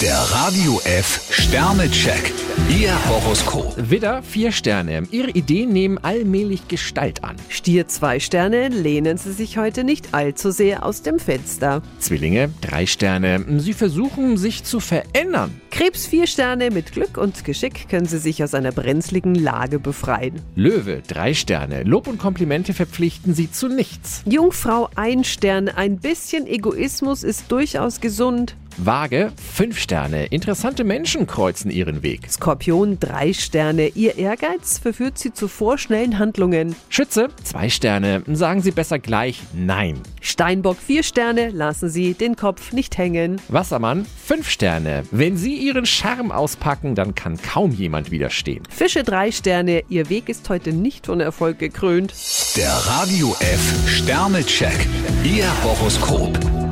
Der Radio F Sternecheck. Ihr Horoskop. Widder, vier Sterne. Ihre Ideen nehmen allmählich Gestalt an. Stier zwei Sterne, lehnen Sie sich heute nicht allzu sehr aus dem Fenster. Zwillinge, drei Sterne. Sie versuchen, sich zu verändern. Krebs vier Sterne, mit Glück und Geschick können Sie sich aus einer brenzligen Lage befreien. Löwe, drei Sterne. Lob und Komplimente verpflichten Sie zu nichts. Jungfrau ein Stern, ein bisschen Egoismus ist durchaus gesund. Waage, fünf Sterne. Interessante Menschen kreuzen Ihren Weg. Skorpion drei Sterne, Ihr Ehrgeiz verführt Sie zu vorschnellen Handlungen. Schütze, zwei Sterne. Sagen Sie besser gleich Nein. Steinbock vier Sterne, lassen Sie den Kopf nicht hängen. Wassermann, fünf Sterne. Wenn Sie Ihren Charme auspacken, dann kann kaum jemand widerstehen. Fische drei Sterne, Ihr Weg ist heute nicht von Erfolg gekrönt. Der Radio F Sternecheck. Ihr Horoskop.